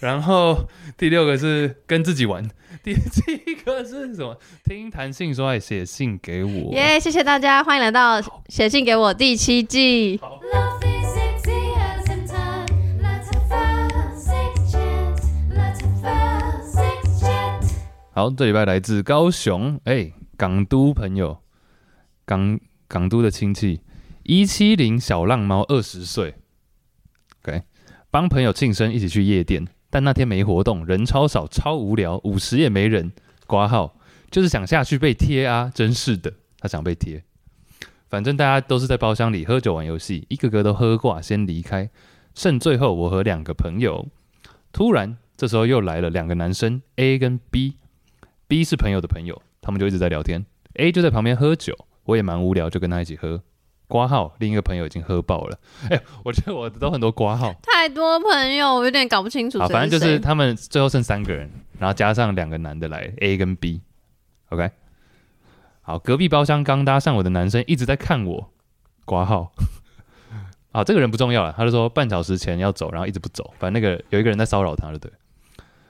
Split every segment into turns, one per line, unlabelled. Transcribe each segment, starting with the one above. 然后第六个是跟自己玩，第七个是什么？听弹性说爱写信给我。
耶、谢谢大家，欢迎来到《写信给我》第七季。
Love is sexy as in time. Let's have a six chat. Let's have a six chat.
好，这礼拜来自高雄，哎、港都朋友，港港都的亲戚，一七零小浪猫，二十岁，OK，帮朋友庆生一起去夜店，但那天没活动，人超少，超无聊，五十也没人，挂号，就是想下去被贴啊，真是的，他想被贴，反正大家都是在包厢里喝酒玩游戏，一个个都喝挂，先离开，剩最后我和两个朋友，突然这时候又来了两个男生 A 跟 B。B 是朋友的朋友，他们就一直在聊天。A 就在旁边喝酒，我也蛮无聊，就跟他一起喝。挂号，另一个朋友已经喝爆了。 哎、我觉得我都很多挂号。
太多朋友，我有点搞不清楚谁
好，
谁。
反正就是他们最后剩三个人，然后加上两个男的来 A 跟 B。OK，好，隔壁包厢刚搭上我的男生一直在看我，挂号。 好，这个人不重要了，他就说半小时前要走，然后一直不走，反正那个有一个人在骚扰他，就对了。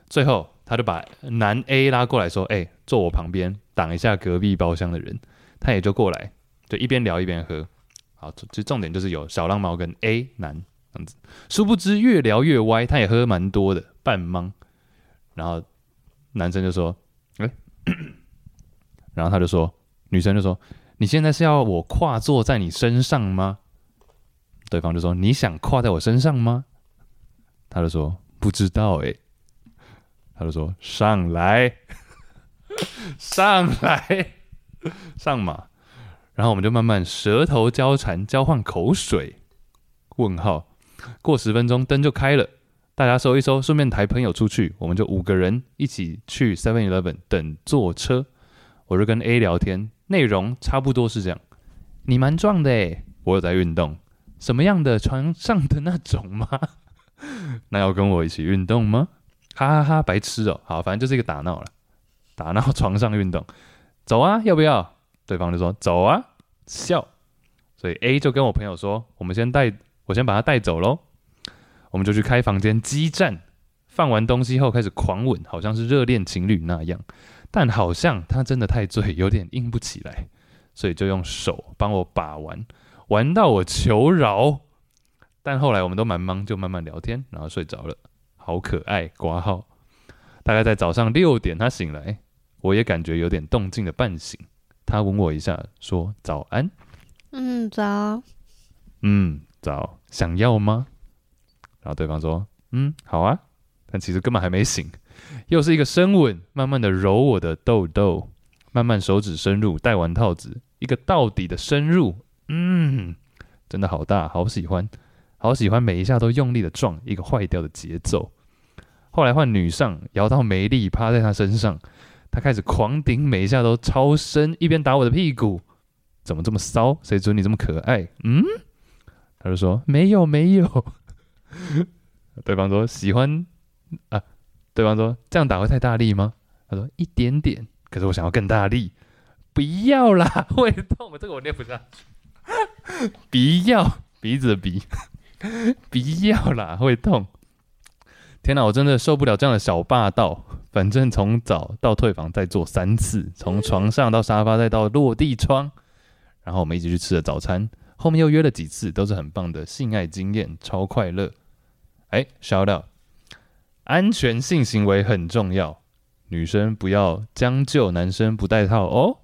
最后他就把男 A 拉过来说：“哎、坐我旁边，挡一下隔壁包厢的人。”他也就过来，就一边聊一边喝。好，其实重点就是有小浪猫跟 A 男这样子。殊不知越聊越歪，他也喝蛮多的，半懵。然后男生就说：“哎、 然后他就说，女生就说：“你现在是要我跨坐在你身上吗？”对方就说：“你想跨在我身上吗？”他就说：“不知道哎、他就说：“上来， 上来，上马。”然后我们就慢慢舌头交缠，交换口水。问号，过十分钟灯就开了，大家收一收，顺便抬朋友出去，我们就五个人一起去 Seven Eleven 等坐车。我就跟 A 聊天，内容差不多是这样：你蛮壮的诶，我有在运动，什么样的床上的那种吗？ 那要跟我一起运动吗？哈哈哈，白痴哦！好，反正就是一个打闹了，打闹床上运动，走啊，要不要？对方就说走啊，笑。所以 A 就跟我朋友说，我们先带我先把他带走喽。我们就去开房间激战，放完东西后开始狂吻，好像是热恋情侣那样，但好像他真的太醉，有点硬不起来，所以就用手帮我把玩，玩到我求饶。但后来我们都蛮忙，就慢慢聊天，然后睡着了，好可爱，挂号。大概在早上六点，他醒来，我也感觉有点动静的半醒，他吻我一下，说早安。
嗯，早。
嗯，早，想要吗？然后对方说，嗯，好啊，但其实根本还没醒，又是一个深吻，慢慢的揉我的痘痘，慢慢手指深入，戴完套子，一个到底的深入，嗯，真的好大，好喜欢，好喜欢，每一下都用力的撞，一个坏掉的节奏。后来换女上，摇到没力，趴在他身上，他开始狂顶，每一下都超深，一边打我的屁股，怎么这么骚？谁准你这么可爱？嗯。他就说没有没有。 对方说喜欢啊，对方说这样打会太大力吗？他说一点点，可是我想要更大力。不要啦， 会痛，这个我念不下去。不要鼻子的鼻，不要啦，会痛。天哪，我真的受不了这样的小霸道。反正从早到退房再做三次，从床上到沙发再到落地窗，然后我们一起去吃了早餐。后面又约了几次，都是很棒的性爱经验，超快乐。哎，shout out，安全性行为很重要，女生不要将就，男生不戴套哦。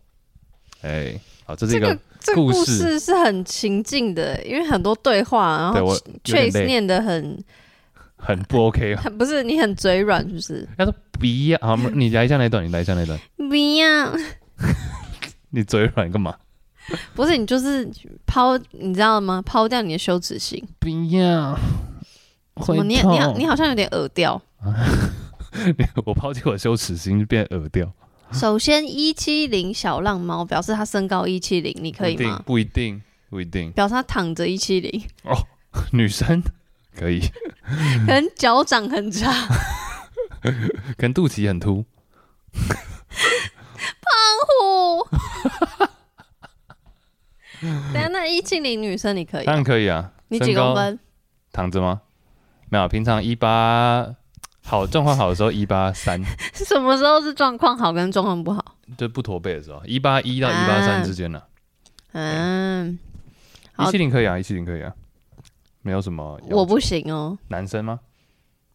哎，好，这是
这
一个、
个这个
故
故
事
事是很情境的，因为很多对话，然
对
后
我有点
Trace
累，
念的很，
很不 OK 啊。
很不是你很嘴软，是不是？
他说不要，好，你来一下那一段，你来一下那一段，
不要，
你嘴软干嘛？
不是你就是抛，你知道吗？抛掉你的羞耻心。
不要，
怎
会
么
痛。
你也你好你好像有点耳掉。
我抛弃我的羞耻心，变耳掉，
首先，一七零小浪猫表示他身高一七零，你可以
不一定
吗？
不一定，不一定
表示他躺着一七零，
哦。女生可以，
可能脚掌很长，
可能肚脐很凸，
呼。等一下，那一七零女生你可以
当，然可以啊。
你几
身高
公？分？
躺着吗？没有，平常一八好，状况好的时候一八三，
什么时候是状况好跟状况不好？
就不驼背的时候，一八一到一八三之间呢、
嗯，
一
好
七零可以啊，一七零可以啊，没哎有什么要求。
我不行哦。
男生吗？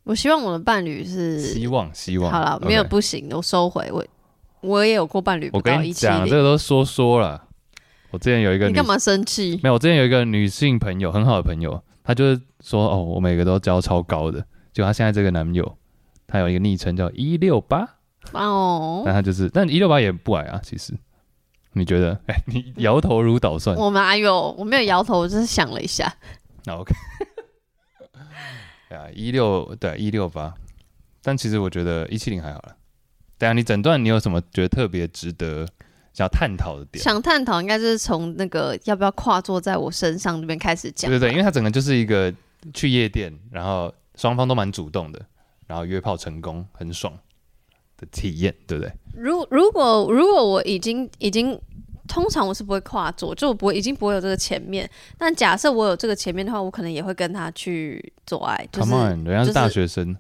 我希望我的伴侣是
希望希望
呃好了，
OK
没有不行，我收回。我我也有过伴侣
我
不
跟
到
你
一七
讲，这
零，
个都说说了。我之前有一个
你
女
干嘛生 气？
没有，我之前有一个女性朋友，很好的朋友，她就是说，哦，我每个都教超高的，就她现在这个男友，他有一个昵称叫一六八，
哦
但，他就是，但一六八也不矮啊，其实，你觉得？ 哎、你摇头如捣蒜，
我哪有？我没有摇头，我只是想了一下。
那 OK，对啊，一六对一六八，但其实我觉得一七零还好了。对啊，你诊断你有什么觉得特别值得想要探讨的点？
想探讨应该就是从那个要不要跨坐在我身上这边开始讲
对。对对，因为他整个就是一个去夜店，然后双方都蛮主动的，然后约炮成功，很爽的体验，对不对？
如如果如果我已经已经，通常我是不会跨坐，就我不会已经不会有这个前面。但假设我有这个前面的话，我可能也会跟他去做爱，就是
Come on，人家
就是是
大学生，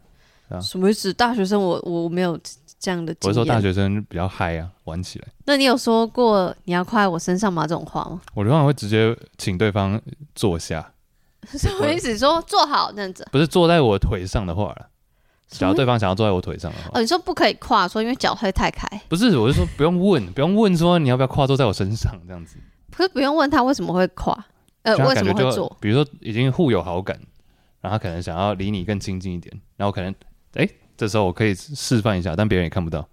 啊
什么意思？大学生我我没有这样的经
我是
验。
说大学生比较嗨啊，玩起来，
那你有说过你要跨在我身上吗？这种话吗？
我通常会直接请对方坐下，
什么意思？说坐好这样子？
不是坐在我腿上的话了，
什
假如
么
对方想要坐在我腿上的话，
哦，你说不可以跨，说因为脚会太开，
不是，我是说不用问，不用问说你要不要跨坐在我身上这样子，
可是不用问他为什么会跨，呃，
就他
为什
感觉
么会
就
做？
比如说已经互有好感，然后他可能想要离你更亲近一点，然后可能哎，这时候我可以示范一下，但别人也看不到。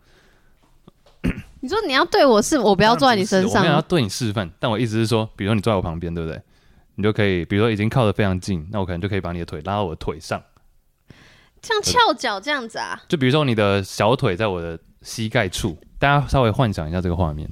你说你要对我是我不
不
要坐在你身
我没有要
上，
对你示范，但我意思是说，比如说你坐在我旁边，对不对？你就可以，比如说已经靠得非常近，那我可能就可以把你的腿拉到我的腿上，
像翘脚这样子啊？
就比如说你的小腿在我的膝盖处，大家稍微幻想一下这个画面，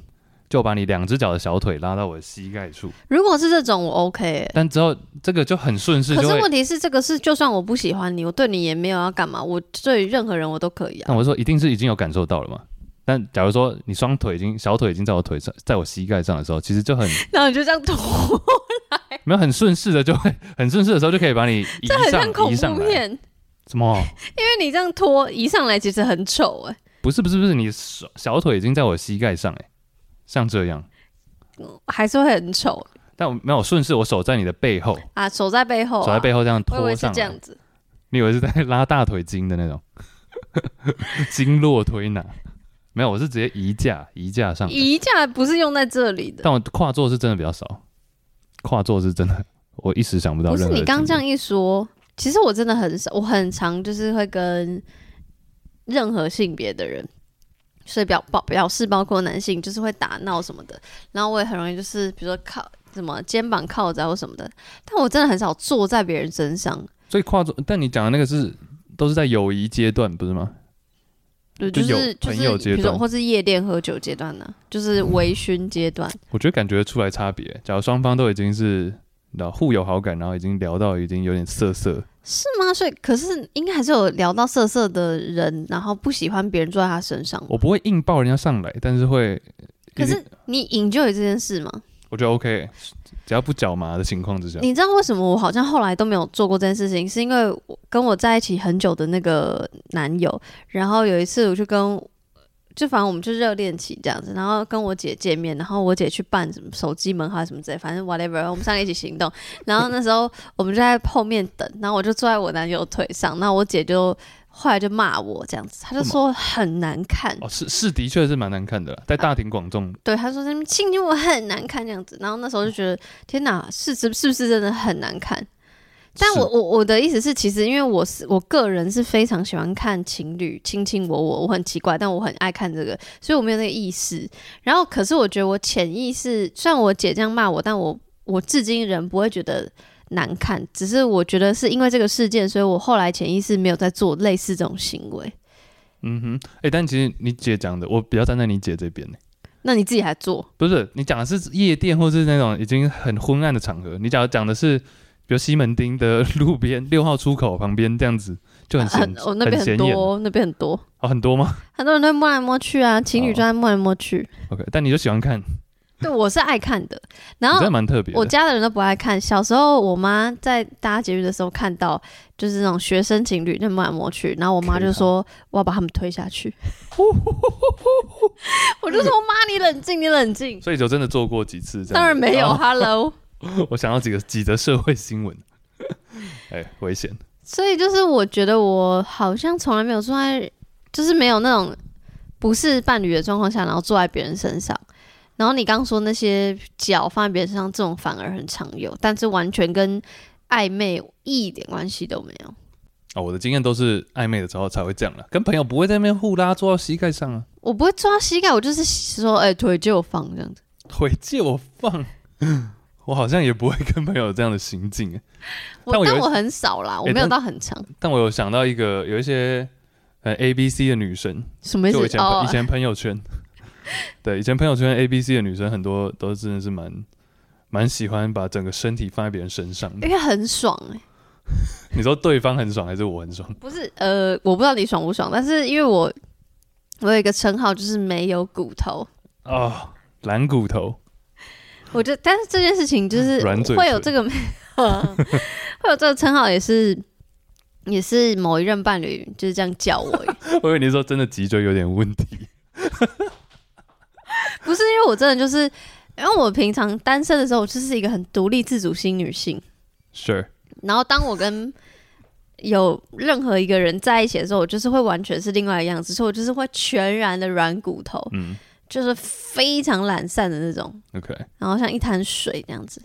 就把你两只脚的小腿拉到我的膝盖处，
嗯如果是这种，我 OK 欸、
但之后这个就很顺势，
可
就是会。
问题是，这个是就算我不喜欢你，我对你也没有要干嘛，我对任何人我都可以啊。
但我是说，一定是已经有感受到了嘛。但假如说你双腿已经小腿已经在我腿上，在我膝盖上的时候，其实 就很
然后你就这样拖，
没有很顺势的，就会很顺势的时候就可以把你 移
这很像
上
恐
移上
怖
来。
片，因
什么？
为你这样拖移上来其实很丑哎、
不是不是不是，你手小腿已经在我膝盖上哎、像这样。
还是会很丑
但我没有顺势，我手在你的背后，
啊，手在背后、啊，
手在背
后，
后这样
我以
拖
为是
上
这
来
样。子，
你以为是在拉大腿筋的那种， 经络推拿？没有，我是直接移架移架上来。
移架不是用在这里的。
但我跨座是真的比较少，跨座是真的，我一时想不到
不是
任何的经历。
你刚这样一说，其实我真的很少，我很常就是会跟任何性别的人，所以表表表示包括男性，就是会打闹什么的。然后我也很容易就是比如说靠什么肩膀靠着啊或什么的，但我真的很少坐在别人身上，
所以跨座，但你讲的那个是都是在友谊阶段，不是吗？
对，
就有
是就
朋友
是
阶段
比如说或是夜店喝酒阶段呢、就是微醺阶段。
我觉得感觉出来差别。假如双方都已经是你知道互有好感，然后已经聊到已经有点涩涩，
是吗？所以可是应该还是有聊到色色的人，然后不喜欢别人坐在他身上。
我不会硬抱人家上来，但是会，
可
一
是
定
你 enjoy 这件事吗？
我觉得 OK，只要不脚麻的情况之下，
你知道为什么我好像后来都没有做过这件事情？是因为我跟我在一起很久的那个男友，然后有一次我就跟，就反正我们就热恋期这样子，然后跟我姐见面，然后我姐去办什么手机门号还是什么之类，反正 whatever，我们三个一起行动。然后那时候我们就在后面等，然后我就坐在我男友腿上，那我姐就后来就骂我这样子，她就说很难看，
哦，是是的确是蛮难看的啦，在大庭广众，
对，他说那边亲亲我很难看这样子，然后那时候就觉得天哪，是是是不是真的很难看？但我我我的意思是，其实因为我是我个人是非常喜欢看情侣卿卿我我，我很奇怪，但我很爱看这个，所以我没有那个意识。然后可是我觉得我潜意识，虽然我姐这样骂我，但我我至今仍不会觉得难看，只是我觉得是因为这个事件，所以我后来潜意识没有在做类似这种行为。
嗯哼，哎、但其实你姐讲的，我比较站在你姐这边呢、
那你自己还做？
不是你讲的是夜店，或是那种已经很昏暗的场合。你假如讲的是，比如西门町的路边 六号出口旁边这样子，就很显、
很，我、啊那边
显
很
眼哦，
多，那边很多，
很多吗
很多人都摸来摸去
哦
啊，情侣就在摸来摸去。
？OK，但你就喜欢看，你
对，我是爱看的。然
真
后
的蛮特别
啊我
的。
家的人都不爱看。小时候，我妈在搭捷运的时候看到，就是那种学生情侣在摸来摸去，然后我妈就说
啊
我要把他们推下去。 我就说妈，你冷静，你冷静。
所以就真的做过几次这样子，
当然没有、
啊
h e l l o
我想到几个几则社会新闻， 哎、危险。
所以就是我觉得我好像从来没有坐在，就是没有那种不是伴侣的状况下，然后坐在别人身上。然后你刚说那些脚放在别人身上，这种反而很常有，但是完全跟暧昧一点关系都没有。
哦，我的经验都是暧昧的时候才会这样了，跟朋友不会在那边互拉坐到膝盖上啊，
我不会抓膝盖，我就是说，哎、腿借我放这样子。
腿借我放。 我好像也不会跟朋友有这样的行径，哎
我
但我有
但
一
我很少啦，我
哎
没有
但
到很长。
但我有想到一个有一些呃 A B C 的女生，
什么意
就我以
思？
前、
哦
以，前朋友圈，对以前朋友圈 A B C 的女生很多都真的是蛮蛮喜欢把整个身体放在别人身上的。
因为很爽哎、
你说对方很爽还是我很爽？
不是呃，我不知道你爽不爽，但是因为我我有一个称号就是没有骨头，
哦，蓝骨头，
我就但是这件事情就是
软嘴
会有
唇
这个 会有这个称号也是。也是某一任伴侣就是这样叫我，
我以为你说真的脊椎有点问题。
不是因为我真的就是，因为我平常单身的时候，我就是一个很独立自主型女性，
Sure，
然后当我跟有任何一个人在一起的时候，我就是会完全是另外一个样子，所以我就是会全然的软骨头，
嗯
就是非常懒散的那种，
，OK。
然后像一滩水那样子。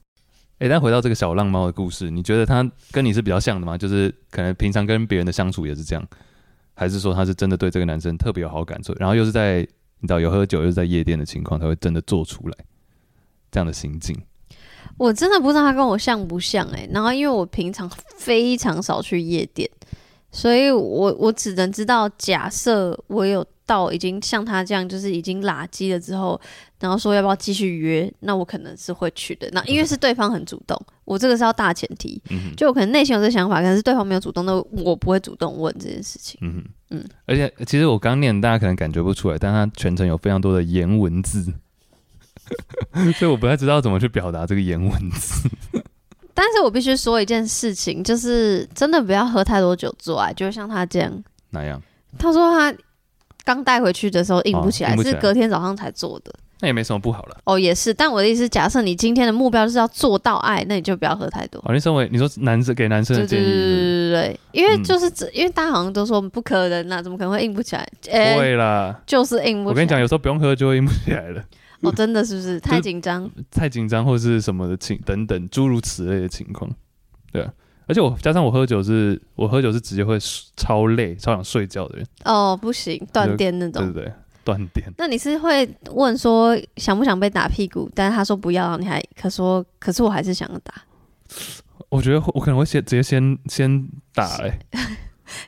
哎、但回到这个小浪猫的故事，你觉得它跟你是比较像的吗？就是可能平常跟别人的相处也是这样，还是说他是真的对这个男生特别有好感，所以然后又是在你知道有喝酒又是在夜店的情况，他会真的做出来这样的行径？
我真的不知道他跟我像不像哎、然后因为我平常非常少去夜店，所以我我只能知道，假设我有到已经像他这样，就是已经拉鸡了之后，然后说要不要继续约，那我可能是会去的。那因为是对方很主动，我这个是要大前提，
嗯哼，
就我可能内心有这个想法，可是对方没有主动的，我不会主动问这件事情。
嗯哼，
嗯
嗯。而且其实我刚念，大家可能感觉不出来，但他全程有非常多的颜文字， 所以我不太知道怎么去表达这个颜文字。
但是我必须说一件事情，就是真的不要喝太多酒做爱，就是像他这样，
哪样？
他说他刚带回去的时候硬不起来，
哦硬不起来
是隔天早上才做的。
那也没什么不好了。
哦，也是，但我的意思，假设你今天的目标就是要做到爱，那你就不要喝太多。
哦，你身为你说男生给男生的
对对
建议
对
是不是，
对对对，因为
嗯
就是只、因为大家好像都说不可能啊呐、怎么可能会硬不起来？哎、
不会啦。
就是硬不起来。
我跟你讲，，有时候不用喝就会硬不起来了。
哦，真的是不是太紧张？
太紧张或是什么的情等等诸如此类的情况，对啊、而且我加上我喝酒是，我喝酒是直接会超累、超想睡觉的人，
哦，不行，断
就
电那种
对。不对？断电，
那你是会问说想不想被打屁股？但是他说不要，你还可说，可是我还是想打，
我觉得我可能会先直接先先打、欸，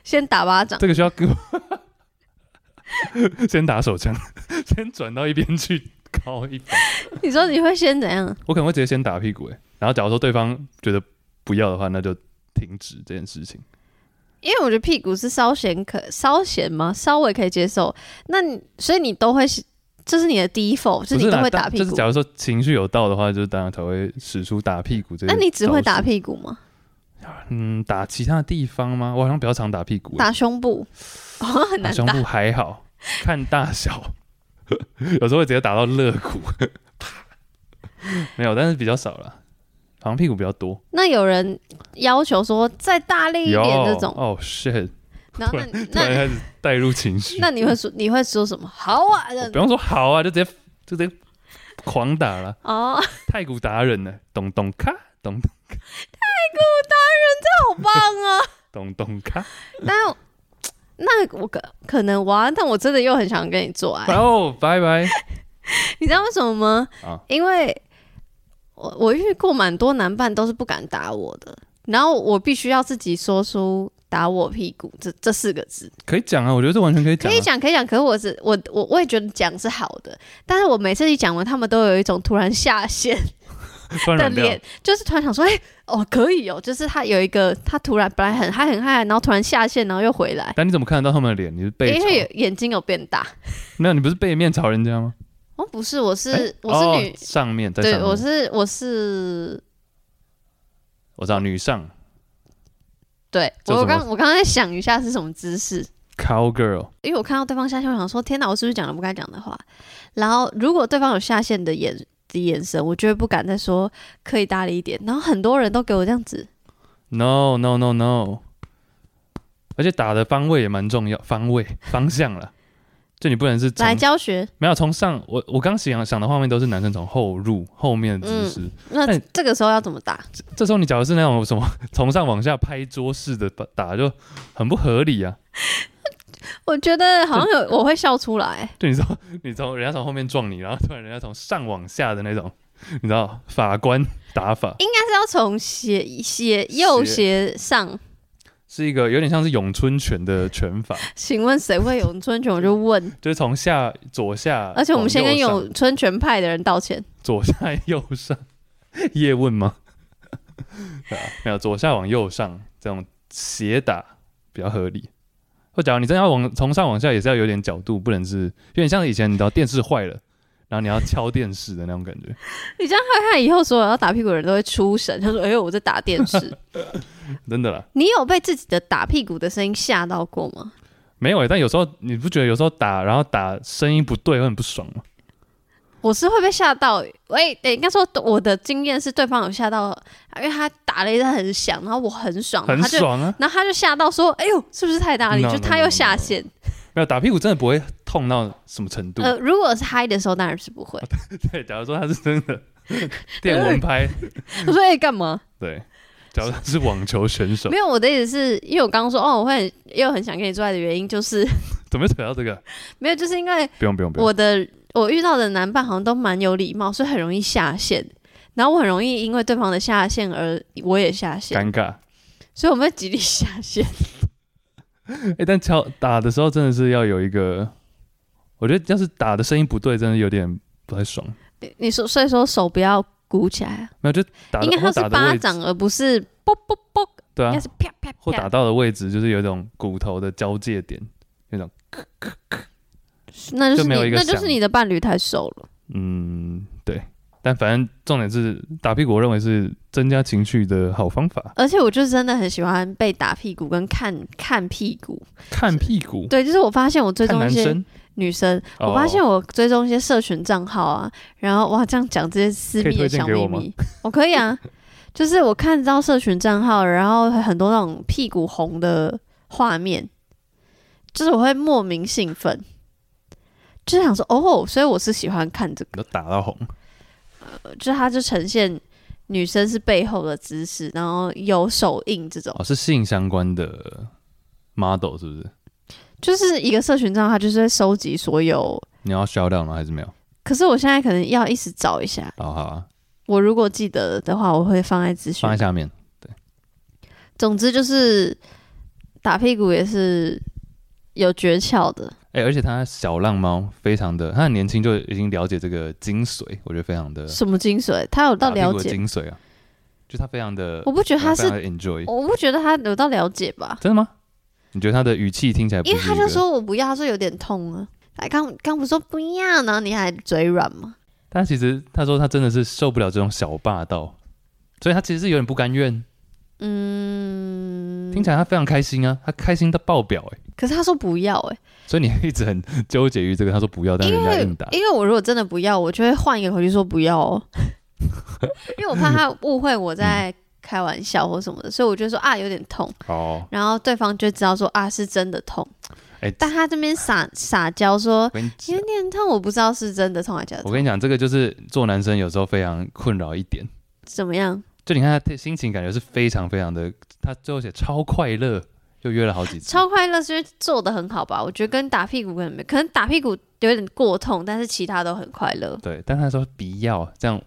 先打巴掌。
这个需要 先打手枪， 先转到一边去高一把，
你说你会先怎样？
我可能会直接先打屁股、欸，然后假如说对方觉得不要的话，那就停止这件事情。
因为我觉得屁股是稍显可稍显吗？稍微可以接受。那你所以你都会是，这是你的 default，就是你
不
都
啦
会
但
打屁
就是
股。
假如说情绪有到的话，就是当然才会使出打屁股这
那
些招数。
你只会打屁股吗？
嗯，打其他地方吗？我好像比较常打屁股，欸
打胸部， 哦，很
打
难
胸
打。
部还好，看大小， 有时候会直接打到肋骨， 啪，没有，但是比较少了，好像屁股比较多，
那有人要求说再大力一点这种，
哦，shit，
然后那 你
突然
那
开始带入情绪，
那你会说你会说什么？好啊，这样
不用说好啊，就直接就直接狂打了，
哦，
太鼓达人呢，咚咚咔，咚咚
好棒啊！
咚咚咔，
但那我可可能哇，但我真的又很想跟你做爱，
哦，拜拜，
你知道为什么吗？
啊
因为我我遇过蛮多男伴都是不敢打我的，然后我必须要自己说出打我屁股”这这四个字，
可以讲啊，我觉得这完全可以
可
讲、啊，
以讲可以讲。可是我只我我我也觉得讲是好的，但是我每次一讲完，他们都有一种突然下线
突然
的
软掉
脸，就是突然想说：“哎、哦，可以哦。”就是他有一个，他突然本来很嗨很嗨，然后突然下线，然后又回来，
但你怎么看得到他们的脸？你是背
因为
朝？
有眼睛有变大。
那你不是背面朝人家吗？
哦，不是，我是、
哎
我是女，
哦、上面在上
对，
面
我是我是
我知道女上
对
这
我
怎么
刚我刚才想一下是什么姿势，
cowgirl，
因为我看到对方下线，我想说天哪，我是不是讲了不该讲的话？然后如果对方有下线的眼的眼神，我就会不敢再说可以搭理一点。然后很多人都给我这样子，
No no no no，而且打的方位也蛮重要，方位方向了， 就你不能是从
来教学，
没有从上，我我刚想想的画面都是男生从后入后面的姿势，
那
但
这个时候要怎么打？
这这时候你假如是那种什么从上往下拍桌式的打打，就很不合理啊！
我觉得好像有我会笑出来，
就你从 你从人家从后面撞你，然后突然人家从上往下的那种，你知道法官打法
但是要从斜斜右斜上。
是一个有点像是咏春拳的拳法，
请问谁会咏春拳？我就问。
就是从下左下，
而且我们先跟
啊往右上
咏春拳派的人道歉。
左下右上，叶问吗？ 对啊没有，左下往右上这种斜打比较合理。或假如你真的要往从上往下，也是要有点角度，不能是有点像以前你知道电视坏了，然后你要敲电视的那种感觉。
你这样看看，以后所有要打屁股的人都会出神。他说：“哎呦，我在打电视。
真的啦，”
你有被自己的打屁股的声音吓到过吗？
没有、欸，但有时候你不觉得有时候打，然后打声音不对会很不爽吗？
我是会被吓到，喂、欸，应该说我的经验是对方有吓到，因为他打了一声很响，然后我很爽，然
很
后哦他就，
爽啊！
然后他就吓到说，哎呦，是不是太大力
No,
就
no,
他
no,
又
no,
下
no.
线。
没有打屁股真的不会痛到什么程度。
呃，如果是嗨的时候，当然是不
啊
会。
对，假如说他是真 的电蚊拍，
我说，哎、干嘛？
对，假如他是网球选手
没，有，我的意思是因为我刚刚说，哦，我会很又很想跟你做爱的原因，就是
怎么会扯到这个？
没有，就是因为
不用不用不用。
我的我遇到的男伴好像都蛮有礼貌，所以很容易下线。然后我很容易因为对方的下线而我也下线，
尴尬。
所以我们会极力下线。嗯
哎、但敲打的时候真的是要有一个，我觉得要是打的声音不对，真的有点不太爽。
你 你说，所以说手不要鼓起来啊，
没有，就打的
应该
或
它
打
是
的
巴
位置，
掌，而不是啵啵啵，
对
应
啊
该，是啪啪
或打
啪。
到的位置就是有一种骨头的交界点，那种
那就是
就
你
没有一，个
那就
响
是你的伴侣太瘦了。
嗯，对。但反正重点是打屁股，我认为是增加情绪的好方法。
而且我就真的很喜欢被打屁股跟看看屁股。
看屁股，
对，就是我发现我追
看
踪一
男
些
生，
女生，
哦
我发现我追踪一些社群账号啊，然后哇，这样讲这些私密
可以推
的
荐
小
给我
秘
吗
密，我可以 啊。就是我看到社群账号，然后很多那种屁股红的画面，就是我会莫名兴奋，就是想说哦，所以我是喜欢看这
都打到红，
个，就是它就呈现女生是背后的姿势，然后有手印这种，
哦，是性相关的 model 是不是？
就是一个社群账号，它就是会收集所有。
你要 shout out 吗？还是没有？
可是我现在可能要一直找一下，
好好啊，
我如果记得的话，我会放在资讯
放在下面。
总之就是打屁股也是有诀窍的。
哎、而且他小浪猫非常的，他很年轻就已经了解这个精髓，我觉得非常的
什么精髓？他有到
打屁
了
股的
解？
精髓啊，就他非常的，
我不觉得他
非
是
常，的 enjoy，
我不觉得他有到了解吧，
真的吗？你觉得他的语气听起来不
因
是
为
一个，
他就说我不要，他说有点痛啊。他刚刚不是说不要，然后你还嘴软吗？
他其实他说他真的是受不了这种小霸道，所以他其实是有点不甘愿。嗯，听起来他非常开心啊，他开心到爆表哎、
可是他说不要、欸，
所以你一直很纠结于这个，他说不要，但是人家硬打
哎，，因为我如果真的不要，我就会换一个口气说不要哦， 因为我怕他误会我在开玩笑或什么的，所以我就说啊有点痛，
哦，
然后对方就知道说啊是真的痛，
哎、
但他这边撒撒娇说
我跟你讲
有点痛，我不知道是真的痛还是假的
我
痛。
跟你讲，这个就是做男生有时候非常困扰一点。
怎么样？
就你看他的心情，感觉是非常非常的，他最后写超快乐，又约了好几次，
超快乐是因为做的很好吧？我觉得跟打屁股可能没，可能打屁股有点过痛，但是其他都很快乐。
对，但他说不要这样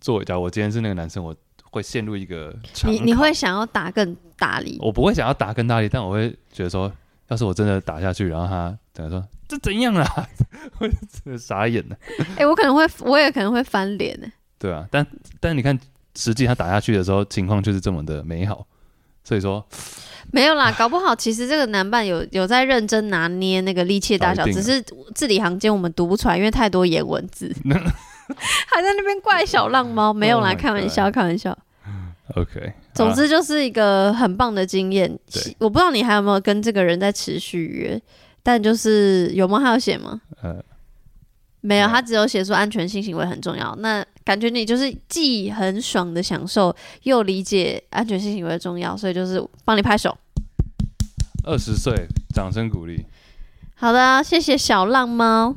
做。假如我今天是那个男生，我会陷入一个长
你你
考哦
会想要打更大力，
我不会想要打更大力，但我会觉得说，要是我真的打下去，然后他等于说这怎样啦， 我就真的傻眼了。
哎、我可能会，我也可能会翻脸欸呢、
对啊，但但你看，实际他打下去的时候，情况就是这么的美好。所以说，
没有啦，
啊
搞不好其实这个男伴有有在认真拿捏那个力气的大小
哦，一定
只
的
是字里行间我们读不出来，因为太多颜文 字，还在那边怪小浪猫，没有
Oh
啦
my
开玩笑，开玩笑。
OK，
总
好啦
之就是一个很棒的经验
对。
我不知道你还有没有跟这个人在持续约，但就是有吗？还有写吗？
呃，
没有，
没有
他只有写说安全性行为很重要。那感觉你就是既很爽的享受，又理解安全性行为的重要，所以就是帮你拍手。
二十岁，掌声鼓励。
好的，谢谢小浪猫。